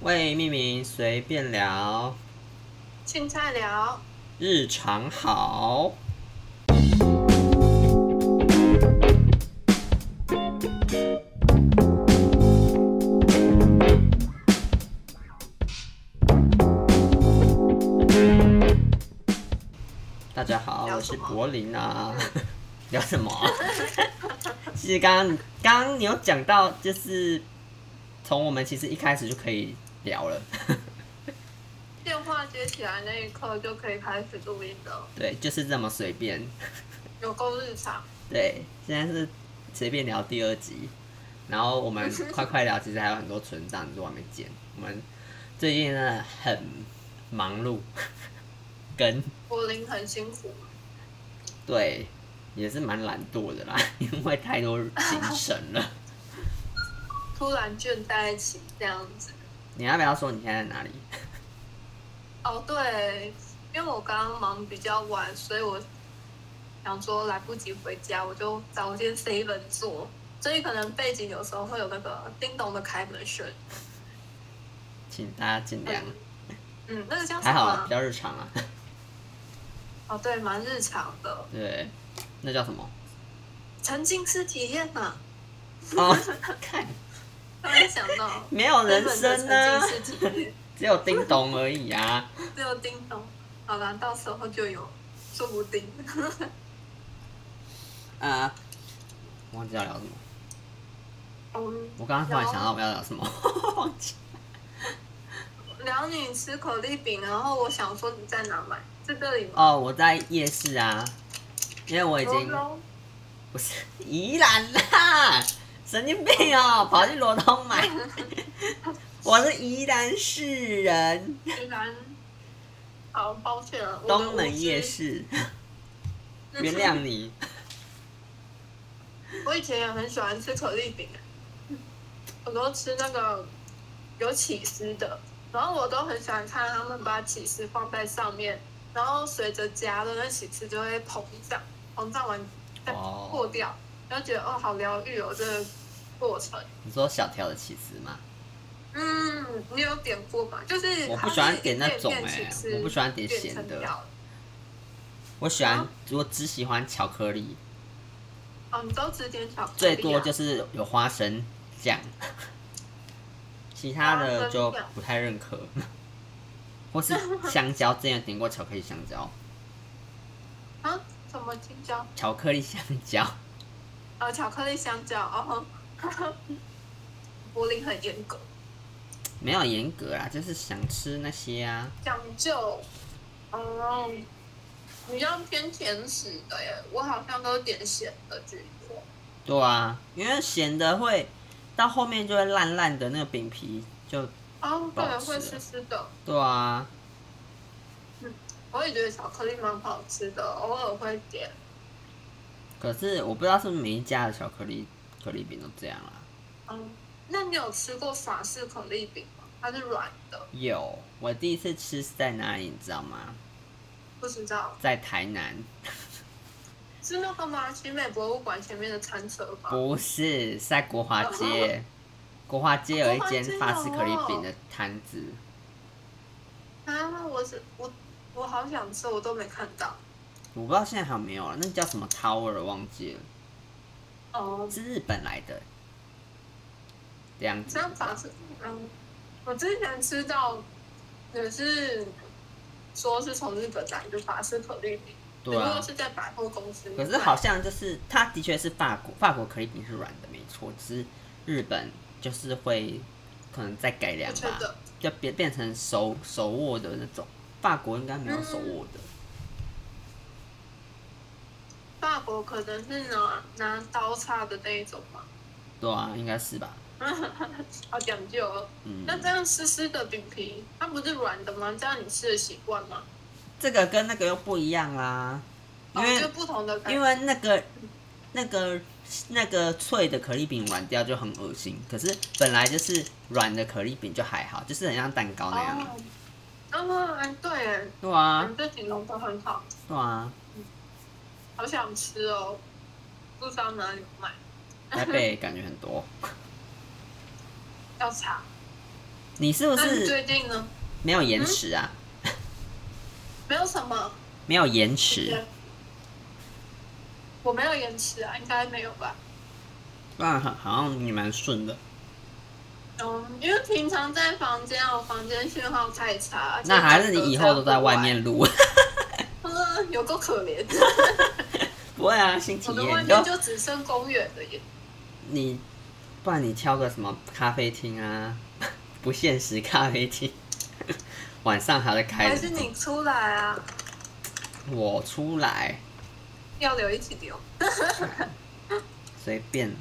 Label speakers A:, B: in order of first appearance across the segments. A: 未命名随便聊，
B: 青菜聊，
A: 日常好。大家好，
B: 聊
A: 我
B: 什
A: 是
B: 么
A: 柏林啊。 聊什么？ 其实刚刚刚刚你有讲到，就是从我们其实一开始就可以聊了，
B: 电话接起来那一刻就可以开始录音了，
A: 对，就是这么随便。
B: 有够日常。
A: 对，现在是随便聊第二集，然后我们快快聊，其实还有很多存档都还没剪。我们最近真的很忙碌，跟
B: 柏林很辛苦，
A: 对也是蛮懒惰的啦，因为太多行程了。
B: 突然倦在一起这样子。
A: 你要不要说你现在在哪里？
B: 哦，对，因为我刚刚忙比较晚，所以我想说来不及回家，我就找一间 seven 坐，所以可能背景有时候会有那个叮咚的开门声。
A: 请大家尽量，
B: 嗯，那个叫什
A: 还
B: 么
A: 好比
B: 啊？
A: 较日常啊。
B: 哦，对，蛮日常的，
A: 对，那叫什么？
B: 沉浸式体验嘛、
A: 哦，看
B: 突然想到
A: 没有人
B: 生
A: 生啊呢、
B: 沉浸式体验。
A: 只有叮咚而已啊。
B: 只有叮咚。好啦，到时候就有，说不定。
A: 呃，忘记要聊什么。
B: 嗯，
A: 我刚刚突然想到 我们要聊什么，忘记。
B: 聊你吃可丽饼，然后我想说你在哪买，在这里吗？
A: 哦，我在夜市啊，因为我已经
B: 罗
A: 不是宜兰啦，神经病哦，跑去罗东买。 我是宜兰市人，
B: 东居然，好抱歉了，我的
A: 东门夜市，
B: 无 知
A: 原谅。你。
B: 我以前也很喜欢吃可丽饼，欸我都吃那个有起司的，然后我都很喜欢看他们把起司放在上面，然后随着加热，那起司就会膨胀，膨胀完再破
A: 哦，
B: 掉，然后觉得哦，好疗愈哦，这个过程。
A: 你说小条的起司吗？
B: 嗯，你有点过吗？就是
A: 我
B: 它
A: 不
B: 是
A: 喜欢点那种
B: 一片
A: 哎、
B: 片起司
A: 我不喜欢点
B: 变
A: 咸
B: 成
A: 的，
B: 料
A: 我喜欢
B: 啊
A: 我只喜欢巧克力，
B: 哦，你都只点巧克力啊、
A: 最多就是有花生酱，其他的就不太认可。 或是香蕉，之前有点过巧克力香蕉，
B: 啊，什么青椒？
A: 巧克力香蕉，
B: 呃，巧克力香蕉哦。柏林很严格，
A: 没有严格啦，就是想吃那些啊。
B: 讲究，嗯，比较偏甜食的耶。我好像都点咸的居多。
A: 对啊，因为咸的会到后面就会烂烂的那个饼皮，就
B: 哦，
A: 不好
B: 对，
A: 吃
B: 会湿湿的。
A: 对啊，
B: 我也觉得巧克力蛮好吃的，偶尔会点。
A: 可是我不知道是不是每一家的巧克力可丽饼都这样啦。
B: 嗯，那你有吃过法式可丽饼吗？它是软的，
A: 有，我第一次吃是在哪里，你知道吗？
B: 不知道
A: 在台南，
B: 是那个吗？奇美博物馆前面的餐车吗？
A: 不是是在国华街，国华街有一间法式可丽饼的摊子，
B: 啊，我只我我好想吃，我都没看到。
A: 我不知道现在还有没有了，啊那叫什么 Tower 忘记了，
B: 哦，
A: 是日本来的，这样子
B: 像。法式，嗯，我之前吃到也是说是从日本来的法式可丽饼，
A: 对
B: 只不
A: 啊
B: 过，是在百货公司。
A: 可是好，像就是它的确是法国，法国可丽饼是软的，没错，只是日本就是会可能再改良
B: 我觉
A: 吧，
B: 得
A: 就变变成手手握的那种，法国应该没有手握的。
B: 法国可能是拿拿刀叉的那一种嘛，
A: 对啊，应该是吧。
B: 好讲究哦。
A: 嗯，
B: 那这样湿湿的饼皮，它不是软的吗？这样你吃的习惯吗？
A: 这个跟那个又不一样啦，因
B: 哦，
A: 为、
B: 就不同的感觉
A: 因为那个那个那个脆的可丽饼软掉就很恶心，可是本来就是软的可丽饼就还好，就是很像蛋糕那样啊。
B: 哦，嗯，哎对耶，
A: 对啊，
B: 你这形容都很好，
A: 对啊，
B: 好想吃哦，不知道哪里买，
A: 台北感觉很多。
B: 要查。
A: 你是不
B: 那你
A: 是
B: 最近呢？
A: 没有延迟啊？
B: 嗯没有什么。
A: 没有延
B: 啊
A: 迟，
B: 我没有延迟啊，应该没有吧？
A: 不然好好像你蛮顺的。
B: 嗯，因为平常在房间，我房间讯号太差。
A: 那还是你以后都在外面录？
B: 嗯，有够可怜。
A: 不会啊，新体
B: 我的外
A: 验。
B: 面
A: 就
B: 就只剩公园了耶。
A: 你，不然你挑个什么咖啡厅啊？ 不限时咖啡厅， 晚上还在开
B: 还
A: 着。
B: 是你出来啊？
A: 我出来
B: 要留一起留。
A: 随便。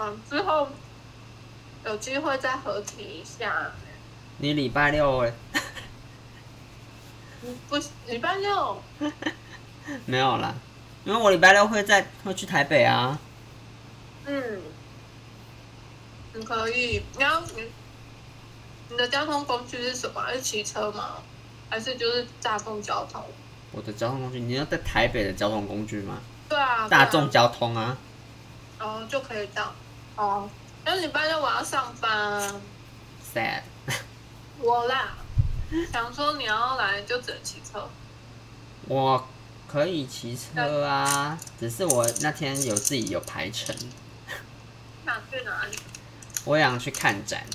B: 嗯，之后有机会再合体一下。
A: 你礼拜六欸
B: 嗯不，礼拜六
A: 没有啦，因为我礼拜六会在会去台北啊。
B: 嗯，你可以。你要你你的交通工具是什么？是骑车吗？还是就是大众交通？
A: 我的交通工具，你要在台北的交通工具吗？
B: 对啊，
A: 大
B: 对啊
A: 众交通啊，
B: 然后就可以这样。哦，因为礼拜六我要上班啊，
A: sad。
B: 我啦，想说你要来就只能骑车。
A: 我可以骑车啊，只是我那天有自己有排程，
B: 想去哪里？
A: 我想去看展，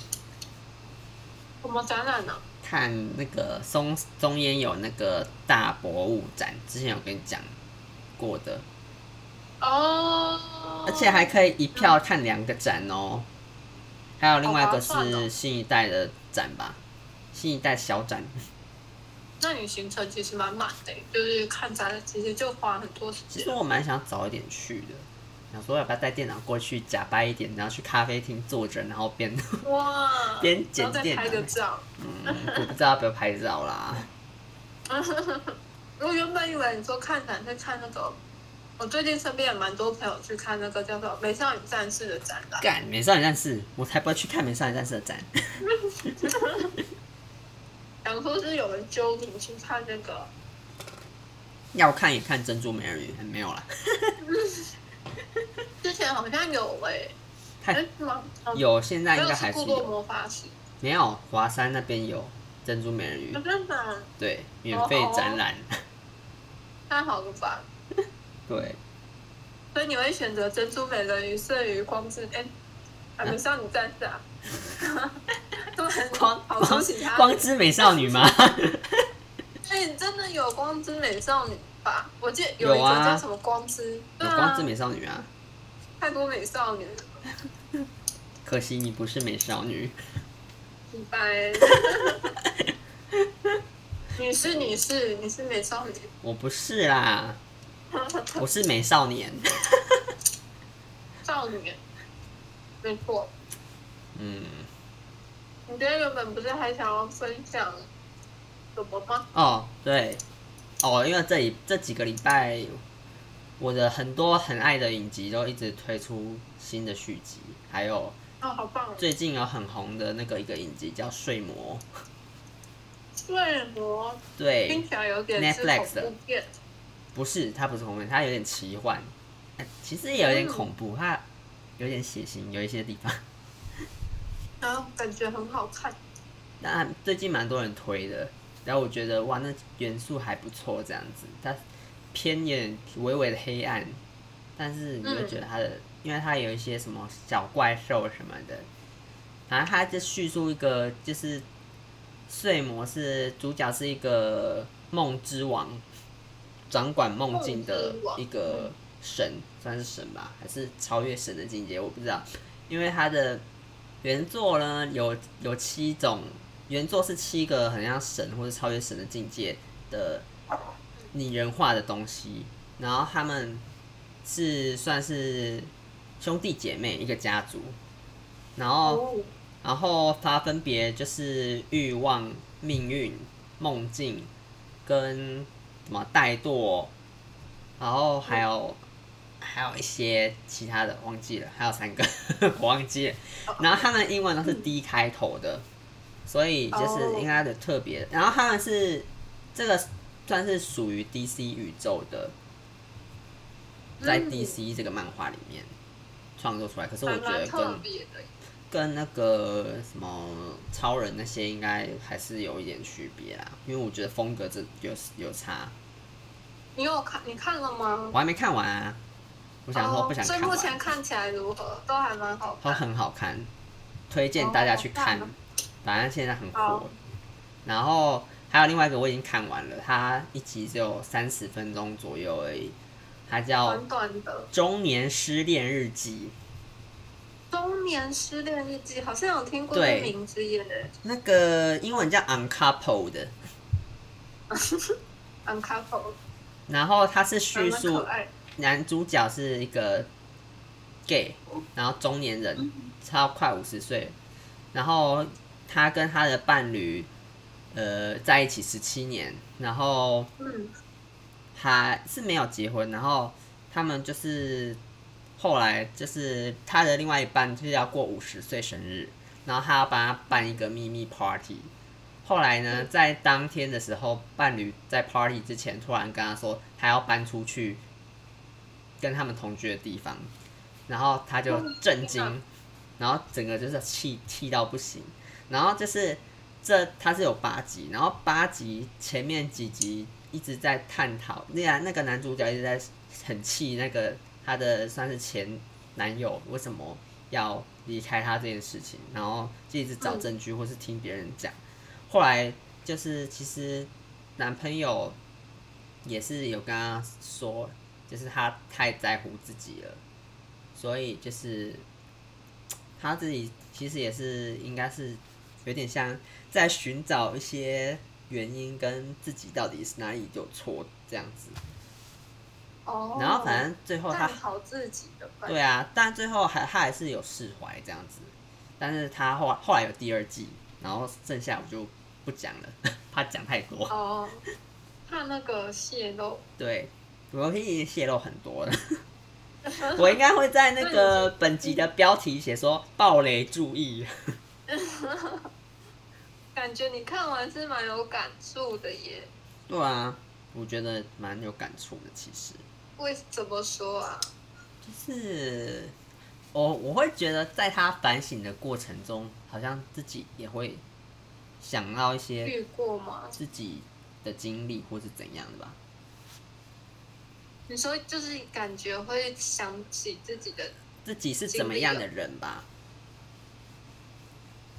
B: 什么展览呢、
A: 看那个松松烟有那个大博物展，之前有跟你讲过的，
B: 哦，
A: 而且还可以一票看两个展哦。还有另外一个
B: 好划算
A: 是
B: 哦
A: 新一代的展吧，新一代小展，
B: 那你行程其实蛮满的，就是看展览其实就花很多时
A: 其
B: 间
A: 实。我蛮想早一点去的，想说要不要带电脑过去假掰一点，然后去咖啡厅坐着，然后边
B: 哇，
A: 边
B: 然
A: 剪啊
B: 后再
A: 电脑
B: 拍个照。
A: 嗯，我不知道要不要拍照啦。
B: 我原本以为你说看展是看那个，我最近身边也蛮多朋友去看那个叫做《美少女战士》的展 览。
A: 干美少女战士，我才不会去看美少女战士的展。
B: 想说是有人揪你去看那个，
A: 要看也看珍珠美人鱼，没有啦，
B: 之前好像有哎、
A: 太
B: 哎是吗？哦，
A: 有现在
B: 没
A: 应
B: 有
A: 该还
B: 去
A: 是
B: 过
A: 有，
B: 魔法石，
A: 没有华山那边有珍珠美人鱼
B: 有，真的
A: 对，免费展览，
B: 太好了吧？
A: 对，
B: 所以你会选择珍珠美人鱼胜于光之哎，啊，美少女战 士啊？对，
A: 光
B: 好恭
A: 光
B: 喜他！
A: 光之美少女啊吗？
B: 哎，你真的有光之美少女吧？我记得一
A: 有
B: 个
A: 啊
B: 叫什么光之，
A: 有
B: 对啊，
A: 光之美少女啊，
B: 太多美少女了，
A: 可惜你不是美少女，
B: 明 白？你是你是你是美少女，
A: 我不是啦，我是美少年，
B: 少女，没错。
A: 嗯，
B: 你今天原本不是还想要分享什么吗？
A: 哦，对，哦，因为这里这几个礼拜，我的很多很爱的影集都一直推出新的续集，还有
B: 哦，好棒哦！
A: 最近有很红的那个一个影集叫《睡魔》，
B: 睡魔听
A: 对，
B: 起来有点是
A: Netflix
B: 恐怖片，
A: 不是它不是恐怖，它有点奇幻，哎其实也有点恐怖，它有点血腥，有一些地方。
B: 然后感觉很好看。
A: 那最近蛮多人推的，然后我觉得哇，那元素还不错，这样子，它偏有点微微的黑暗，但是你会觉得它的，因为它有一些什么小怪兽什么的，反正它就叙述一个就是睡魔是主角是一个梦之王，掌管梦境的
B: 梦之王
A: 一个神，算是神吧，还是超越神的境界，我不知道，因为它的原作呢有有七种，原作是七个很像神或者超越神的境界的拟人化的东西，然后他们是算是兄弟姐妹一个家族，然后
B: 哦，
A: 然后它分别就是欲望、命运、梦境跟什么怠惰，然后还有、还有一些其他的忘记了，还有三个 我忘记了。
B: 哦
A: 然后他们英文都是 D 开头的，所以就是应该的特别。然后他们是这个算是属于 DC 宇宙的，在
B: 嗯
A: DC 这个漫画里面创作出来，可是我
B: 还
A: 觉得
B: 蛮特
A: 跟
B: 别的。
A: 跟那个什么超人那些应该还是有一点区别啦，因为我觉得风格这有有差。
B: 你有看？你看了吗？
A: 我还没看完啊，我想说
B: 哦
A: 不想
B: 所以
A: 看
B: 目前
A: 完，
B: 看起来如何？都还蛮好
A: 它
B: 看。
A: 很好看，推荐大家去看
B: 哦，
A: 反正现在很火
B: 好。
A: 然后还有另外一个我已经看完了，它一集只有三十分钟左右而已，它叫
B: 短短的
A: 《
B: 《
A: 中年失恋日记》。
B: 中年失恋日记》，好像有听过
A: 对
B: 这名字耶
A: 那个英文叫 uncoupled，
B: ，Uncouple，
A: 然后它是
B: 还
A: 叙
B: 蛮可
A: 述
B: 爱。
A: 男主角是一个 gay，然后中年人，超快五十岁，然后他跟他的伴侣呃在一起十七年，然后
B: 嗯，
A: 还是没有结婚，然后他们就是后来就是他的另外一半就是要过五十岁生日，然后他要帮他办一个秘密 party。后来呢，在当天的时候，伴侣在 party 之前突然跟他说，他要搬出去跟他们同居的地方，然后他就
B: 嗯
A: 震
B: 天哪
A: 惊，然后整个就是气气到不行，然后就是这它是有八集，然后八集前面几集一直在探讨，那啊那个男主角一直在很气那个他的算是前男友为什么要离开他这件事情，然后就一直找证据或是听别人讲，后来就是其实男朋友也是有跟他说，就是他太在乎自己了，所以就是他自己其实也是应该是有点像在寻找一些原因跟自己到底是哪里有错这样子。
B: 哦。
A: 然后反正最后他
B: 站好自己的吧。
A: 对啊，但最后还他还是有释怀这样子，但是他后来后来有第二季，然后剩下我就不讲了， 怕讲太多。
B: 哦，看那个泄露，
A: 对，我已经泄露很多了。 我应该会在那个本集的标题写说“暴雷注意
B: 感觉你看完是蛮有感触的耶。”。
A: 对啊，我觉得蛮有感触的，其实
B: 为怎么说啊？
A: 就是我我会觉得，在他反省的过程中，好像自己也会想到一些
B: 遇过吗？
A: 自己的经历或是怎样的吧。
B: 你说就是感觉会想起自己的，
A: 自己是怎么样的人吧。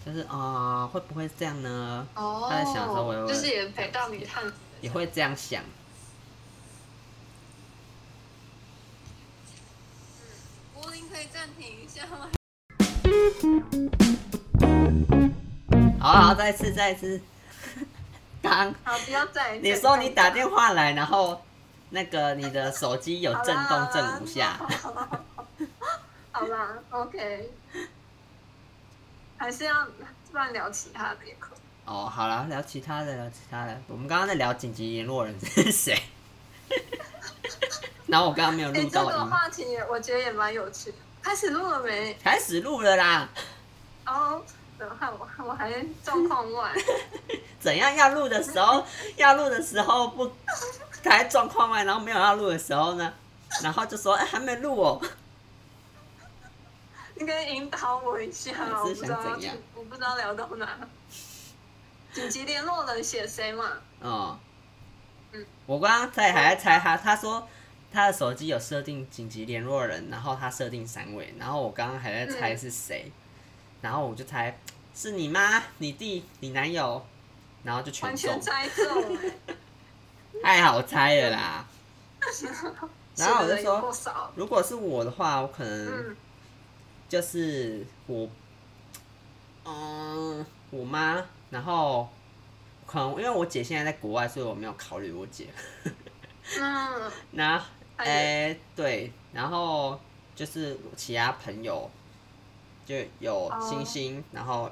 A: 就是啊、会不会这样呢？
B: 哦，
A: 他在想说我有
B: 就是也陪到你探索
A: 也会这样想。
B: 柏林可以暂停一下哦吗？
A: 好好，
B: 嗯
A: 再一次，再一次。 刚
B: 好，不要暂停。
A: 你说你打电话来，然后那个你的手机有震动震五下
B: 好，啦。好啦好啦，OK。还是要不然聊其他的也可以。
A: 哦，好了，聊其他的，聊其他的。我们刚刚在聊紧急联络人是谁， 然后我刚刚没有
B: 哎、
A: 录
B: 这
A: 到
B: 个
A: 音，
B: 话题也我觉得也蛮有趣的。开始录了没？
A: 开始录了啦。
B: 哦，然后我 我还状况外，
A: 怎样要录的时候，要录的时候不还状况外，然后没有要录的时候呢，然后就说哎、还没录哦，
B: 你可以引导我一下，我
A: 你
B: 不
A: 是
B: 知
A: 想
B: 道
A: 怎样
B: 我不知道聊到哪。紧急联络人写谁嘛？
A: 嗯
B: 嗯，
A: 我刚刚在还在猜他，他说他的手机有设定紧急联络人，然后他设定三位，然后我刚刚还在猜是谁，然后我就猜是你妈、你弟、你男友，然后就全
B: 完
A: 中
B: 全，猜中、欸，
A: 太好猜了啦。 然后我就
B: 写的人
A: 说
B: 有够少，
A: 如果是我的话，我可能
B: 嗯，
A: 就是我，嗯，我妈，然后可能因为我姐现在在国外，所以我没有考虑我姐。
B: 嗯，
A: 那
B: 哎
A: 哎、对，然后就是其他朋友就有
B: 哦
A: 星星，然后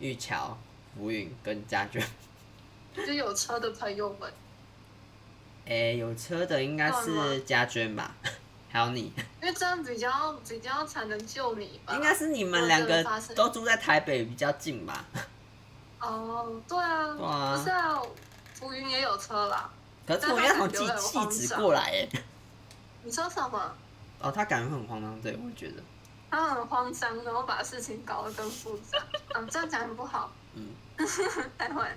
A: 玉桥、浮云跟家 眷。
B: 就有车的朋友们，
A: 哎、有车的应该
B: 算
A: 是家娟吧， 还有你，
B: 因为这样比较比较才能救你吧。
A: 应该是你们
B: 有
A: 两
B: 这
A: 个
B: 个呃发生
A: 都住在台北比较近吧？
B: 哦，对啊，
A: 对啊
B: 不是啊，浮云也有车啦。
A: 可是
B: 但
A: 我
B: 他
A: 要
B: 感
A: 从
B: 觉
A: 寄
B: 很
A: 寄
B: 慌
A: 址
B: 张
A: 过来哎、
B: 你说什么？
A: 哦，他感觉很慌张，对我觉得。
B: 他很慌张，然后把事情搞得更复杂。嗯，这样讲很不好。
A: 嗯，
B: 待会儿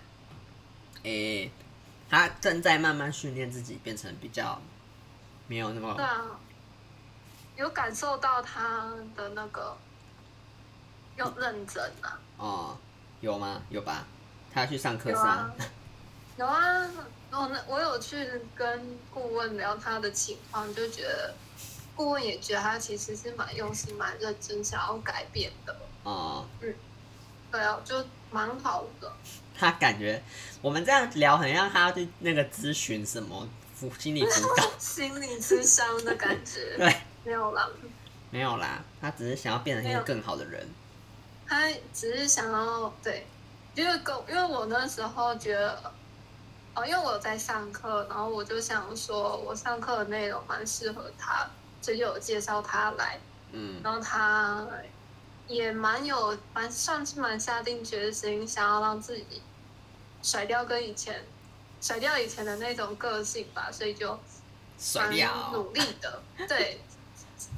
A: 诶、他正在慢慢训练自己，变成比较没有那么
B: 对啊，有感受到他的那个有认真啊，
A: 哦，有吗？有吧？他去上课是
B: 有啊
A: 吗？
B: 有啊。我那我有去跟顾问聊他的情况，就觉得顾问也觉得他其实是蛮用心、蛮认真，想要改变的。
A: 哦，
B: 对啊，就蛮好的。
A: 他感觉我们这样聊，很像他去那个咨询什么辅心理辅 导，
B: 心理智商的感觉
A: 对，
B: 没有啦，
A: 没有啦，他只是想要变成一
B: 没
A: 个
B: 有
A: 更好的人。
B: 他只是想要对，因为跟因为我那时候觉得，哦，因为我有在上课，然后我就想说，我上课的内容蛮适合他，所以就有介绍他来，
A: 嗯
B: 然后他也蛮有蛮算是蛮下定决心，想要让自己甩掉跟以前甩掉以前的那种个性吧，所以就
A: 甩
B: 蛮
A: 掉，
B: 努力的，对，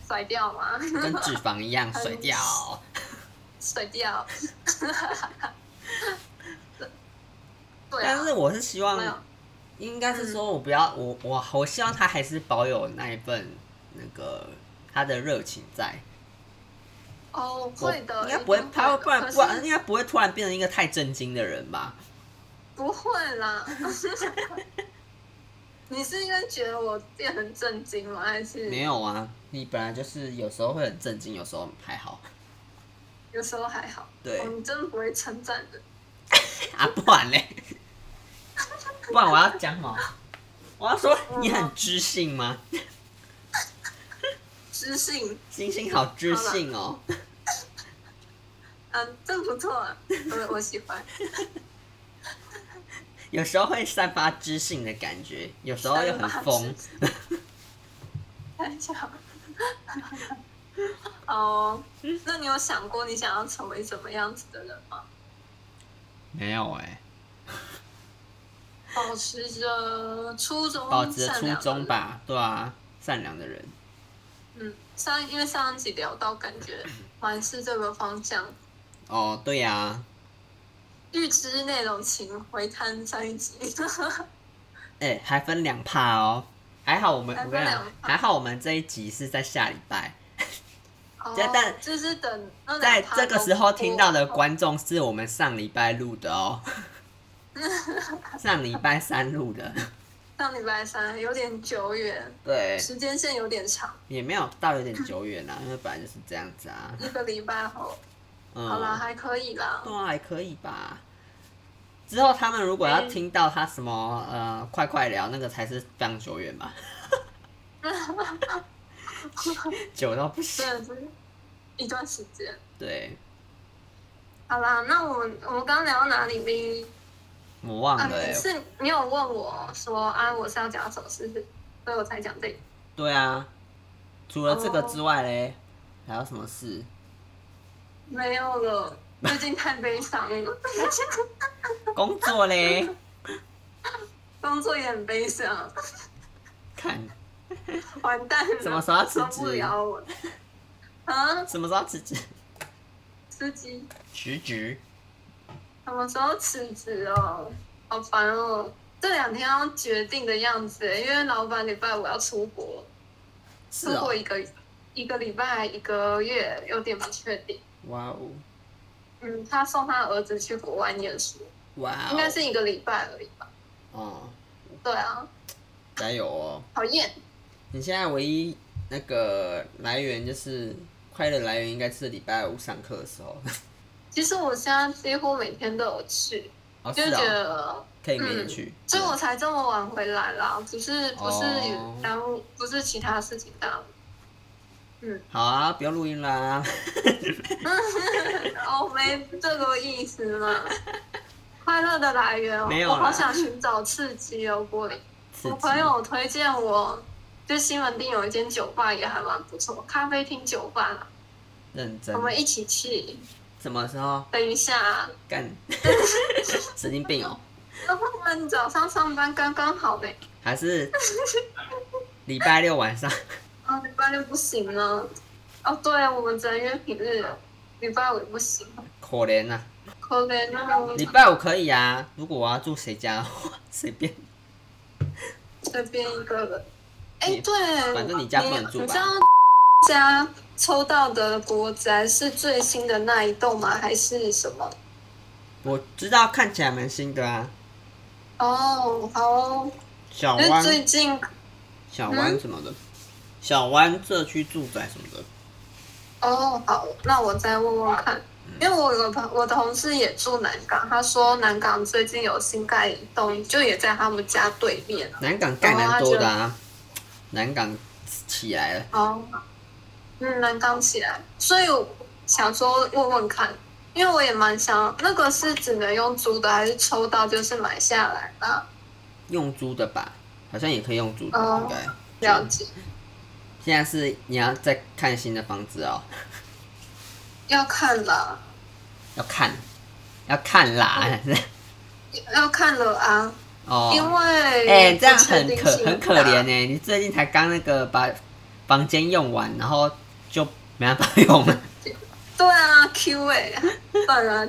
B: 甩掉嘛。
A: 跟脂肪一样
B: 很
A: 甩掉。
B: 甩掉。对啊
A: 但是，我是希
B: 没有
A: 望，应该是说我不要，我我我希望他还是保有那一份那个他的热情在。
B: 哦，
A: 我
B: 会的，
A: 应该不会
B: 一定，
A: 他会不然
B: 的
A: 不
B: 可
A: 然
B: 是
A: 应该不会突然变成一个太震惊的人吧？
B: 不会啦。 你是因为觉得我变很震惊吗？还
A: 没
B: 是
A: 有啊，你本来就是有时候会很震惊，有时候还好。
B: 有时候还好？
A: 对
B: 哦你真的不会称赞的。
A: 啊，不然嘞，不然我要讲什么？我要说你很知性吗？
B: 知性，
A: 星星好知性哦。
B: 嗯，真不错、啊，我我喜欢。
A: 有时候会散发知性的感觉，有时候又很疯。
B: 太巧了。 哦，那你有想过你想要成为什么样子的人吗？
A: 没有哎、
B: 保持着初衷，
A: 保持着初衷
B: 中。
A: 吧，对啊，善良的人。
B: 嗯，上因为上一集聊到，感觉蛮是这个方向。
A: 哦，对呀、啊，
B: 预知那种情，回看上一集。
A: 哎、还分两帕哦。还好我们，
B: 还
A: 我跟
B: 分
A: 你
B: 两
A: 讲，
B: 趴
A: 还好我们这一集是在下礼拜，
B: 哦
A: 这但
B: 就是等那两
A: 在
B: 趴
A: 这个时候
B: 都
A: 听到的观众是我们上礼拜录的哦， 上礼拜三录的，
B: 上礼拜三有点久远，
A: 对，
B: 时间线有点长，
A: 也没有到有点久远啊啦，因为本来就是这样子啊。
B: 一个礼拜后，
A: 嗯，
B: 好啦，还可以啦
A: 对。啊，还可以吧。之后他们如果要
B: 嗯
A: 听到他什么呃，快快聊那个才是非常久远吧， 久到不行
B: 真。的是一段时间。
A: 对，
B: 好啦，那我们我们刚聊到哪里呢？
A: 我忘
B: 啊，
A: 了欸
B: 你是你有问我说啊，我是要讲什么事情，所以我才讲这个。
A: 对啊，除了这
B: 哦
A: 个之外嘞，还有什么事？
B: 没有 了，最近太悲伤了，
A: 工作嘞，
B: 工作也很悲伤，
A: 看
B: 完蛋了。
A: 什么时候要辞职
B: 受不了我。啊，
A: 什么时候辞职？
B: 司机，
A: 辞职？
B: 什么时候辞职哦？好烦哦！这两天要决定的样子，因为老板礼拜五要出国，
A: 是
B: 出
A: 哦
B: 国，一个一个礼拜一个月，有点不确定。
A: 哇哦，
B: 嗯，他送他儿子去国外念书，
A: 哇哦，
B: 应该是一个礼拜而已吧？
A: 哦，
B: 对啊，
A: 加油哦！
B: 讨厌。
A: 你现在唯一那个来源就是快乐来源，应该是礼拜五上课的时候。
B: 其实我现在几乎每天都有去，
A: 哦，
B: 就是觉
A: 哦，
B: 得嗯
A: 可以每天去。
B: 所以我才这么晚回来啦，只是不是
A: 啊哦
B: 耽误不是其他事情耽误。
A: 好啊，不要录音啦。
B: 哦，没这个意思嘛。快乐的来源哦，
A: 没有
B: 我
A: 啦
B: 好想寻找刺激哦，我
A: 刺
B: 我
A: 激
B: 朋友推荐我，就西门町有一间酒吧也还蛮不错，咖啡厅酒吧啦，
A: 认真
B: 我，们一起去。
A: 什么时候
B: 等一下，
A: 干？ 神经病哦！
B: 那我们早上上班刚刚好嘞，
A: 还是礼拜六晚上？
B: 啊，礼拜六不行了，哦，对，我们只能约平日，礼拜五不行，
A: 可怜呐、啊！
B: 可怜哦，
A: 礼拜五可以啊，如果我要住谁家的话，随便，
B: 随便一个人。哎，
A: 你
B: 对，
A: 反正你家不能住吧
B: 你知道家抽到的国宅是最新的那一栋吗？还是什么？
A: 我知道看起来蛮新的啊，
B: 哦，好哦，
A: 小
B: 因为
A: 湾、
B: 最嗯近
A: 小湾什么的，小湾社区住宅什么的，
B: 哦，好，那我再问问看，
A: 嗯
B: 因为我有个朋，我的同事也住南港，他说南港最近有新盖一栋，就也在他们家对面。
A: 南港盖蛮多的啊，南港起来了，
B: 哦，嗯，南港起来，所以我想说问问看，因为我也蛮想，那个是只能用租的，还是抽到就是买下来的？
A: 用租的吧，好像也可以用租的，
B: 哦
A: 应该。
B: 了解，
A: 现在是你要再看新的房子哦，
B: 要看啦，
A: 要看，要看啦，
B: 嗯要看了啊，
A: 哦，
B: 因为
A: 哎、这样
B: 不确
A: 很
B: 定
A: 可
B: 性
A: 很可
B: 大
A: 怜呢、你最近才刚那个把房间用完，然后就没办法用 了。
B: 对啊，Q 哎、算了，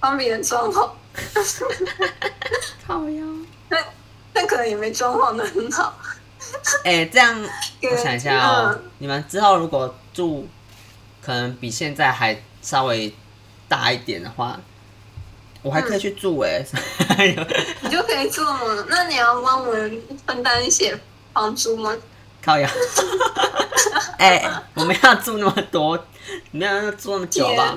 B: 帮别人装潢，
A: 靠腰。
B: 那可能也没装潢的很好。
A: 哎、这样
B: 给
A: 我
B: 人
A: 想一下哦
B: 嗯，
A: 你们之后如果住可能比现在还稍微大一点的话，我还
B: 嗯
A: 可以去住哎、
B: 你就可以住嘛。那你要帮我们分担一些房租吗？
A: 靠腰。哎、我们要住那么多，没有要住那么久吧？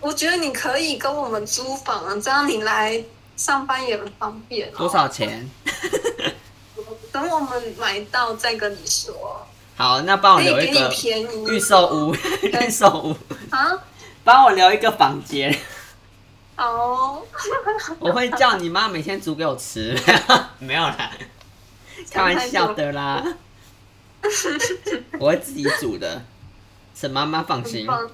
B: 我觉得你可以跟我们租房啊，这样你来上班也很方便、哦。
A: 多？少钱？
B: 等我们买到再跟你说，
A: 好，那帮我
B: 可以
A: 留哦一
B: 给你
A: 个
B: 便宜嗯
A: 预售屋， 预售屋。
B: 啊。
A: 帮我留一个房间，
B: 好哦，
A: 我会叫你妈每天煮给我吃。没有啦，开玩笑的啦，我会自己煮的，沈妈妈放
B: 很
A: 心。
B: 棒。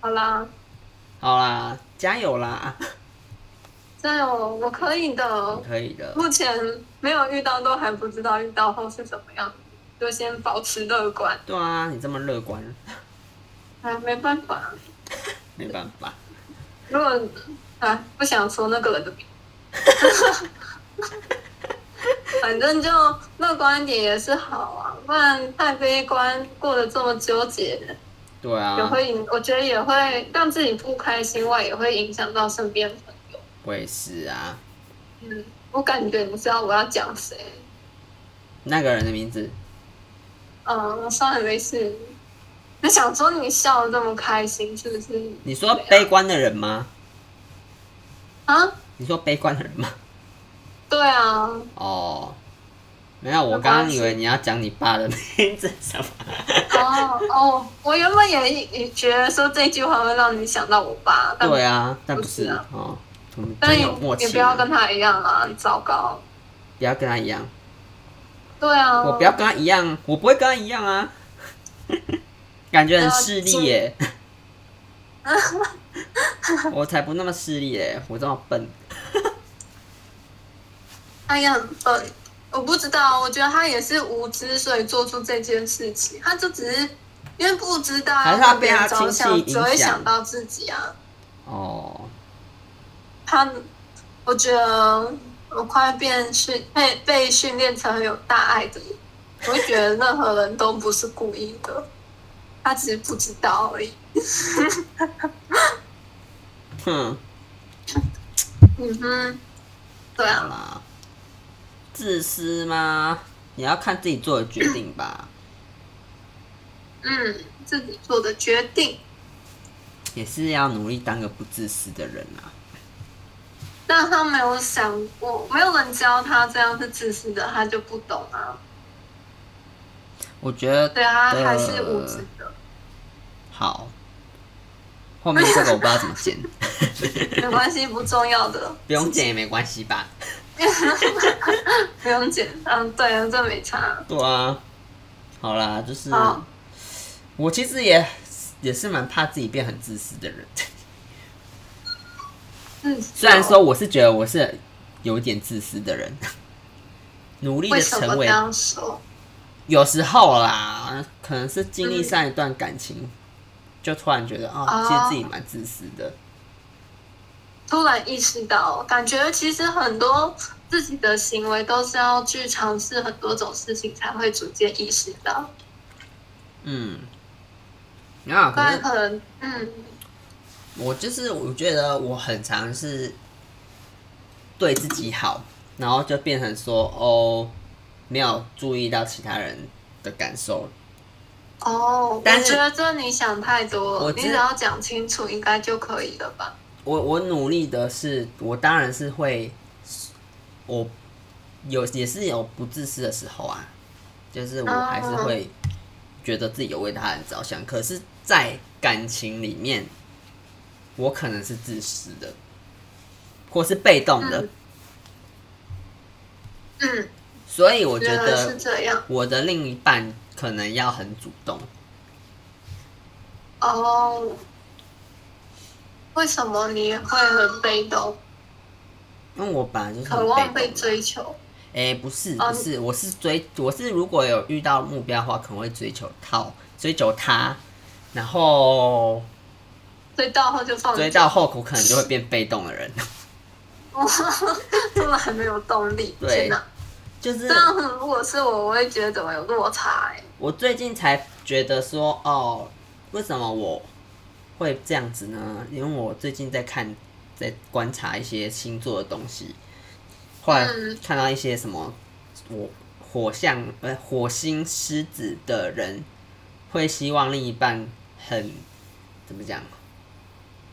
B: 好啦，
A: 好啦，加油啦，
B: 加油，我可以的。
A: 可以的。
B: 目前没有遇到，都还不知道遇到后是怎么样，就先保持乐观。
A: 对啊，你这么乐观，
B: 啊，没办法，
A: 没办法。
B: 如果啊不想说那个人的名，反正就乐观一点也是好啊，不然太悲观，过得这么纠结，
A: 对
B: 也
A: 啊，
B: 会影，我觉得也会让自己不开心外，也会影响到身边朋友。
A: 我也是啊。
B: 嗯，我感觉你知道我要讲谁，
A: 那个人的名字，
B: 嗯，算了，没事。你想说你笑得这么开心，是不是？
A: 你说悲观的人吗？
B: 啊，
A: 你说悲观的人吗？
B: 对啊，
A: 哦，没有，我刚刚以为你要讲你爸的名字什么。
B: 哦哦，我原本也也觉得说这句话会让你想到我爸，但
A: 对啊，但
B: 不
A: 不是
B: 是啊
A: 哦，我们
B: 但
A: 真
B: 也
A: 有默
B: 也
A: 契
B: 不要
A: 啊，
B: 跟他一样啊，很糟糕。
A: 不要跟他一样，
B: 对啊，
A: 我不要跟他一样，我不会跟他一样啊， 感觉很势利耶，
B: 哦
A: 我才不那么势利耶，我这么笨，
B: 他也很笨，哎嗯我不知道，我觉得他也是无知，所以做出这件事情，他就只是因为不知道
A: 还是
B: 要
A: 他
B: 为
A: 被
B: 别
A: 他
B: 人
A: 亲
B: 着
A: 戚
B: 想，只会
A: 影响
B: 想到自己啊。
A: 哦，
B: 他，我觉得我快变训被被训练成很有大爱的人，我会觉得任何人都不是故意的，他只是不知道而已。
A: 哼，
B: 嗯哼，对啊
A: 好。啦，自私吗？你要看自己做的决定吧，
B: 嗯，自己做的决定，
A: 也是要努力当个不自私的人啊，
B: 但他没有想过，没有人教他这样是自私的，他就不懂啊。
A: 我觉得
B: 对啊，他还是无知 的，
A: 好，后面这个我不知道怎么 剪，
B: 没关系，不重要的，
A: 不用剪也没关系吧。
B: 不用剪。嗯，对，这没差。
A: 对啊，好啦，就是
B: 好
A: 我其实也也是蛮怕自己变很自私的 人，
B: 嗯，
A: 虽然说我是觉得我是有一点自私的人，努力
B: 为
A: 的
B: 什么
A: 成
B: 这
A: 为
B: 样说？
A: 有时候啦，可能是经历上一段感情，就突然觉得啊、
B: 哦
A: 其实自己蛮自私的。
B: 突然意识到，感觉其实很多自己的行为都是要去尝试很多种事情才会逐渐意识到，
A: 嗯，那
B: 不
A: 可
B: 然
A: 是
B: 可能嗯
A: 我就是我觉得我很常是对自己好，然后就变成说哦，没有注意到其他人的感受。
B: 哦，
A: 但
B: 我
A: 是
B: 觉得这你想太多
A: 我
B: 了，
A: 知
B: 你只要讲清楚应该就可以了吧？
A: 我我努力的是，我当然是会，我有也是有不自私的时候啊，就是我还是会觉得自己有为他人着想，可是，在感情里面，我可能是自私的，或是被动的，
B: 嗯嗯，
A: 所以我觉
B: 原来啊是
A: 得
B: 这样
A: 我的另一半可能要很主动，
B: 哦。为什么你会很被动，
A: 因为我本来就是很
B: 渴望
A: 被
B: 被
A: 动的。
B: 追求？
A: 哎、不是
B: 哦
A: 不是，我是追，我是如果有遇到目标的话，可能会追求他，追求他，然后
B: 追到后就放弃
A: 追到后我可能就会变被动的人，
B: 突然没有动力，
A: 对嗯
B: 天哪！
A: 就是
B: 这样如果是我，我会觉得我有落差、欸。
A: 我最近才觉得说，哦，为什么我会这样子呢？因为我最近在看，在观察一些星座的东西，后来
B: 嗯
A: 看到一些什么，我火象呃火星狮子的人会希望另一半很怎么讲，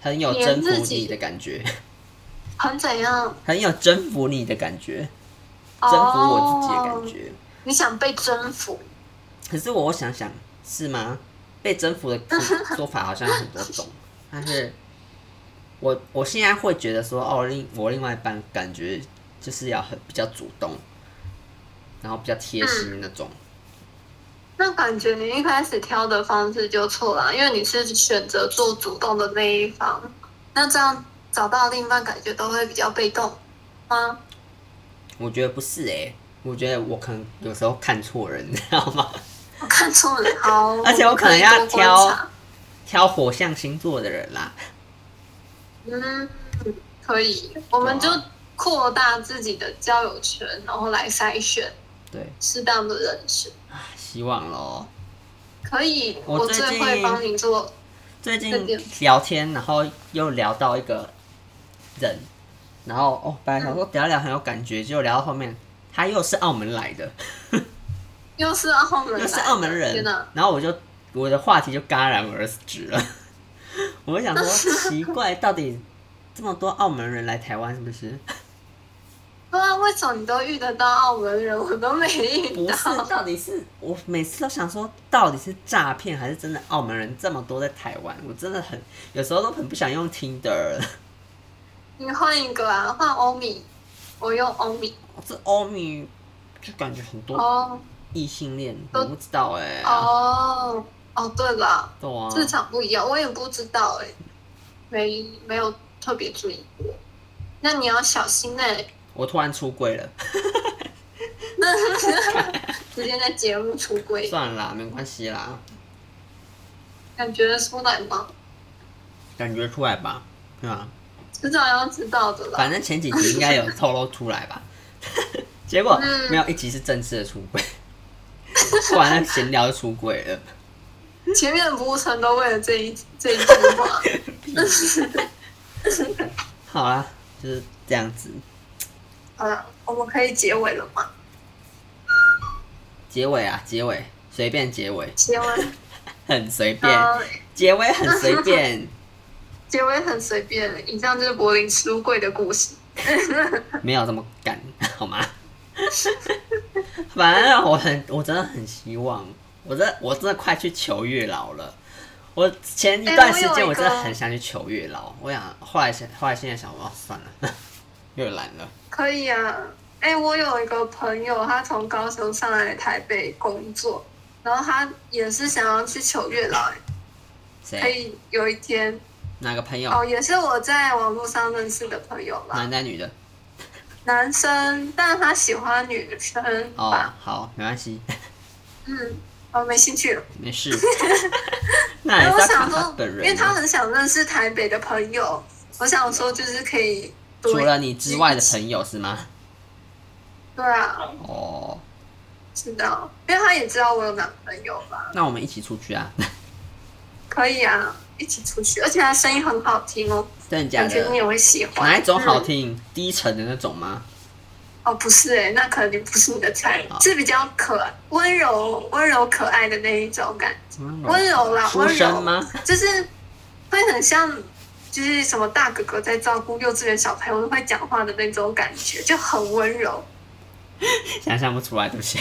A: 很有
B: 黏
A: 征
B: 自
A: 服
B: 己
A: 你的感觉，
B: 很怎样？
A: 很有征服你的感觉，
B: 哦
A: 征服我自己的感觉。
B: 你想被征服？
A: 可是我想想，是吗？被征服的说法好像很多种，但是我我现在会觉得说，哦，另我另外一半感觉就是要很比较主动，然后比较贴心那种。
B: 那感觉你一开始挑的方式就错了，因为你是选择做主动的那一方，那这样找到另一半感觉都会比较被动吗？
A: 我觉得不是诶、我觉得我可能有时候看错人，你知道吗？
B: 我看错了，好，
A: 而且我可能要
B: 多观察
A: 挑火象星座的人啦，
B: 嗯，可以，
A: 啊
B: 我们就扩大自己的交友圈，然后来筛选
A: 对，
B: 适当的人选。
A: 啊希望咯。
B: 可以，
A: 我
B: 我
A: 最
B: 最会
A: 近
B: 帮你做
A: 最近
B: 再见
A: 聊天，然后又聊到一个人，然后哦，本来想
B: 嗯
A: 说聊一聊很有感觉，结果聊到后面，他又是澳门来的，
B: 又是澳门，啊
A: 又是澳门人
B: 天哪！，
A: 然后我就我的话题就戛然而止了。 我就想说，奇怪，到底这么多澳门人来台湾是不是？
B: 哎不知道啊为什么你都遇得到澳门人，我都没遇
A: 不
B: 到。
A: 是，到底是我每次都想说，到底是诈骗还是真的澳门人这么多在台湾？我真的很有时候都很不想用 Tinder 了。
B: 你换一个啊，换欧米，我用欧米。
A: 这欧米就感觉很多
B: 哦
A: 异性恋，我不知道哎、
B: 哦哦，对了，
A: 对啊，
B: 市场不一样，我也不知道哎、没没有特别注意过。那你要小心哎、
A: 我突然出柜了，
B: 直接在节目出轨，
A: 算了啦，没关系啦，
B: 感觉出来吗？
A: 感觉出来吧，对吧？
B: 迟早要知道的啦。
A: 反正前几集应该有透露出来吧， 结果
B: 嗯
A: 没有一集是正式的出 柜，不然那闲聊就出柜了。
B: 前面的服务层都为了这一这一句话，
A: 好啦，就是这样子，
B: 好了，我们可以结尾了吗？
A: 结尾啊，结尾随便结尾，
B: 结尾，
A: 很随便，
B: 呃，
A: 结尾很随便，
B: 结尾很随便。以上就是柏林书柜的故事。
A: 没有这么干， 好吗？反正我很，我真的很希望，我真的我真的快去求月老了。我前一段时
B: 哎我有
A: 间
B: 一
A: 我真的
B: 个
A: 很想去求月老，我想后来想，后来现在想，哦，算了， 又懒了。
B: 可以啊，哎、我有一个朋友，他从高雄上来台北工作，然后他也是想要去求月老、哎可
A: 谁？
B: 以有一天
A: 哪个朋友？
B: 哎哦，也是我在网络上认识的朋友啦，
A: 男的女的？
B: 男生，但他喜欢女生
A: 哦
B: 吧，，
A: 好，没关系。
B: 嗯，哦，没兴趣了。
A: 没 事。那还
B: 因
A: 是
B: 为哎我
A: 要
B: 想
A: 看他
B: 说，
A: 本
B: 因
A: 人啊。
B: 为他很想认识台北的朋友，我想说就是可以多
A: 除了你之外的
B: 友，
A: 朋友是吗？
B: 对啊，
A: 哦，
B: 知道，因为他也知道我有男朋友吧，
A: 那我们一起出去啊！
B: 可以啊，一起出去，而且他声音很好听哦，
A: 真的假
B: 我觉
A: 的
B: 得你？也会喜欢。
A: 哪一种好
B: 嗯
A: 听？低沉的那种吗？
B: 哦，不是哎、那可能不是你的菜
A: 好，
B: 是比较可爱、温柔、温柔可爱的那一种感觉，温柔啦，
A: 嗯书
B: 温柔
A: 生吗？
B: 就是会很像，就是什么大哥哥在照顾幼稚园小朋友会讲话的那种感觉，就很温柔。
A: 想象不出来，对不起。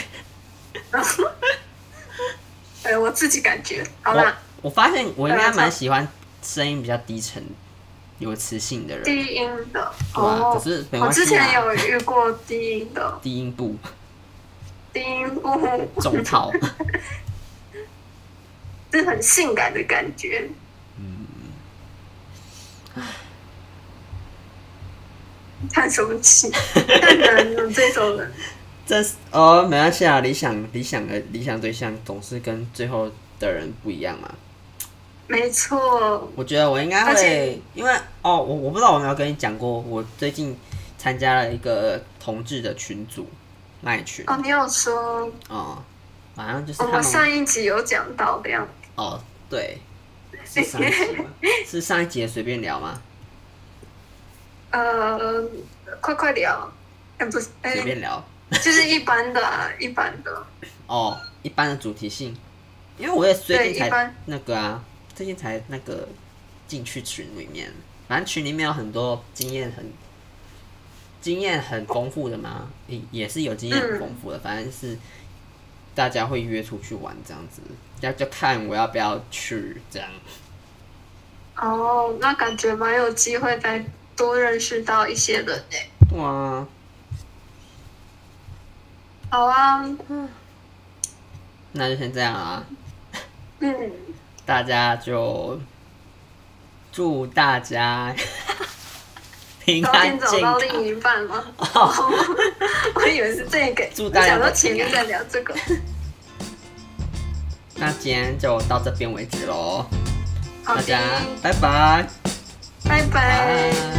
B: 对我自己感觉，好
A: 我
B: 啦，
A: 我发现我应该
B: 对啊
A: 蛮喜欢声音比较低沉、有磁性的人，
B: 低音的
A: 对啊可
B: 哦，
A: 是没
B: 我
A: 关
B: 之
A: 系
B: 前
A: 啊，
B: 有遇过低音的
A: 低音部
B: 低音，呜呼，
A: 重 套。
B: 是很性感的感觉。
A: 嗯，
B: 叹什么气？ 太难了，这种人。
A: 这是哦，没关系啊，理想理想的理想对象总是跟最后的人不一样嘛。
B: 没错，
A: 我觉得我应该
B: 而且
A: 会，因为哦，我我不知道我有没有跟你讲过，我最近参加了一个同志的群组，那一群
B: 哦，你有说
A: 哦，好像就是
B: 我
A: 他
B: 们
A: 们
B: 上一集有讲到的样子，
A: 哦，对，是上一集吗？是上一集的随便聊吗？
B: 呃，快快聊，哎、不是，哎、
A: 随便聊
B: 就是一般的、啊，一般的，
A: 哦，一般的主题性，因为我也最
B: 对，
A: 近
B: 一
A: 才
B: 般，
A: 那个啊，最近才那个进去群里面，反正群里面有很多经验很经验很丰富的嘛，也也是有经验很丰富
B: 嗯
A: 的，反正是大家会约出去玩这样子，要就看我要不要去这样。
B: 哦，那感觉蛮有机会再多认识到一些人呢、
A: 哇，
B: 好啊，
A: 那就先这样啊，
B: 嗯，
A: 大家就祝大 家平
B: 早
A: 安
B: 点找
A: 健 康。
B: 到另一半吗？
A: 哦
B: 我以为是这个，
A: 祝
B: 我
A: 大家
B: 想到
A: 都平
B: 前
A: 安啊
B: 面在聊 这个，
A: 那今天就到这边为止喽，
B: 好
A: 大
B: 的
A: 家，拜拜，
B: 拜拜。
A: 拜。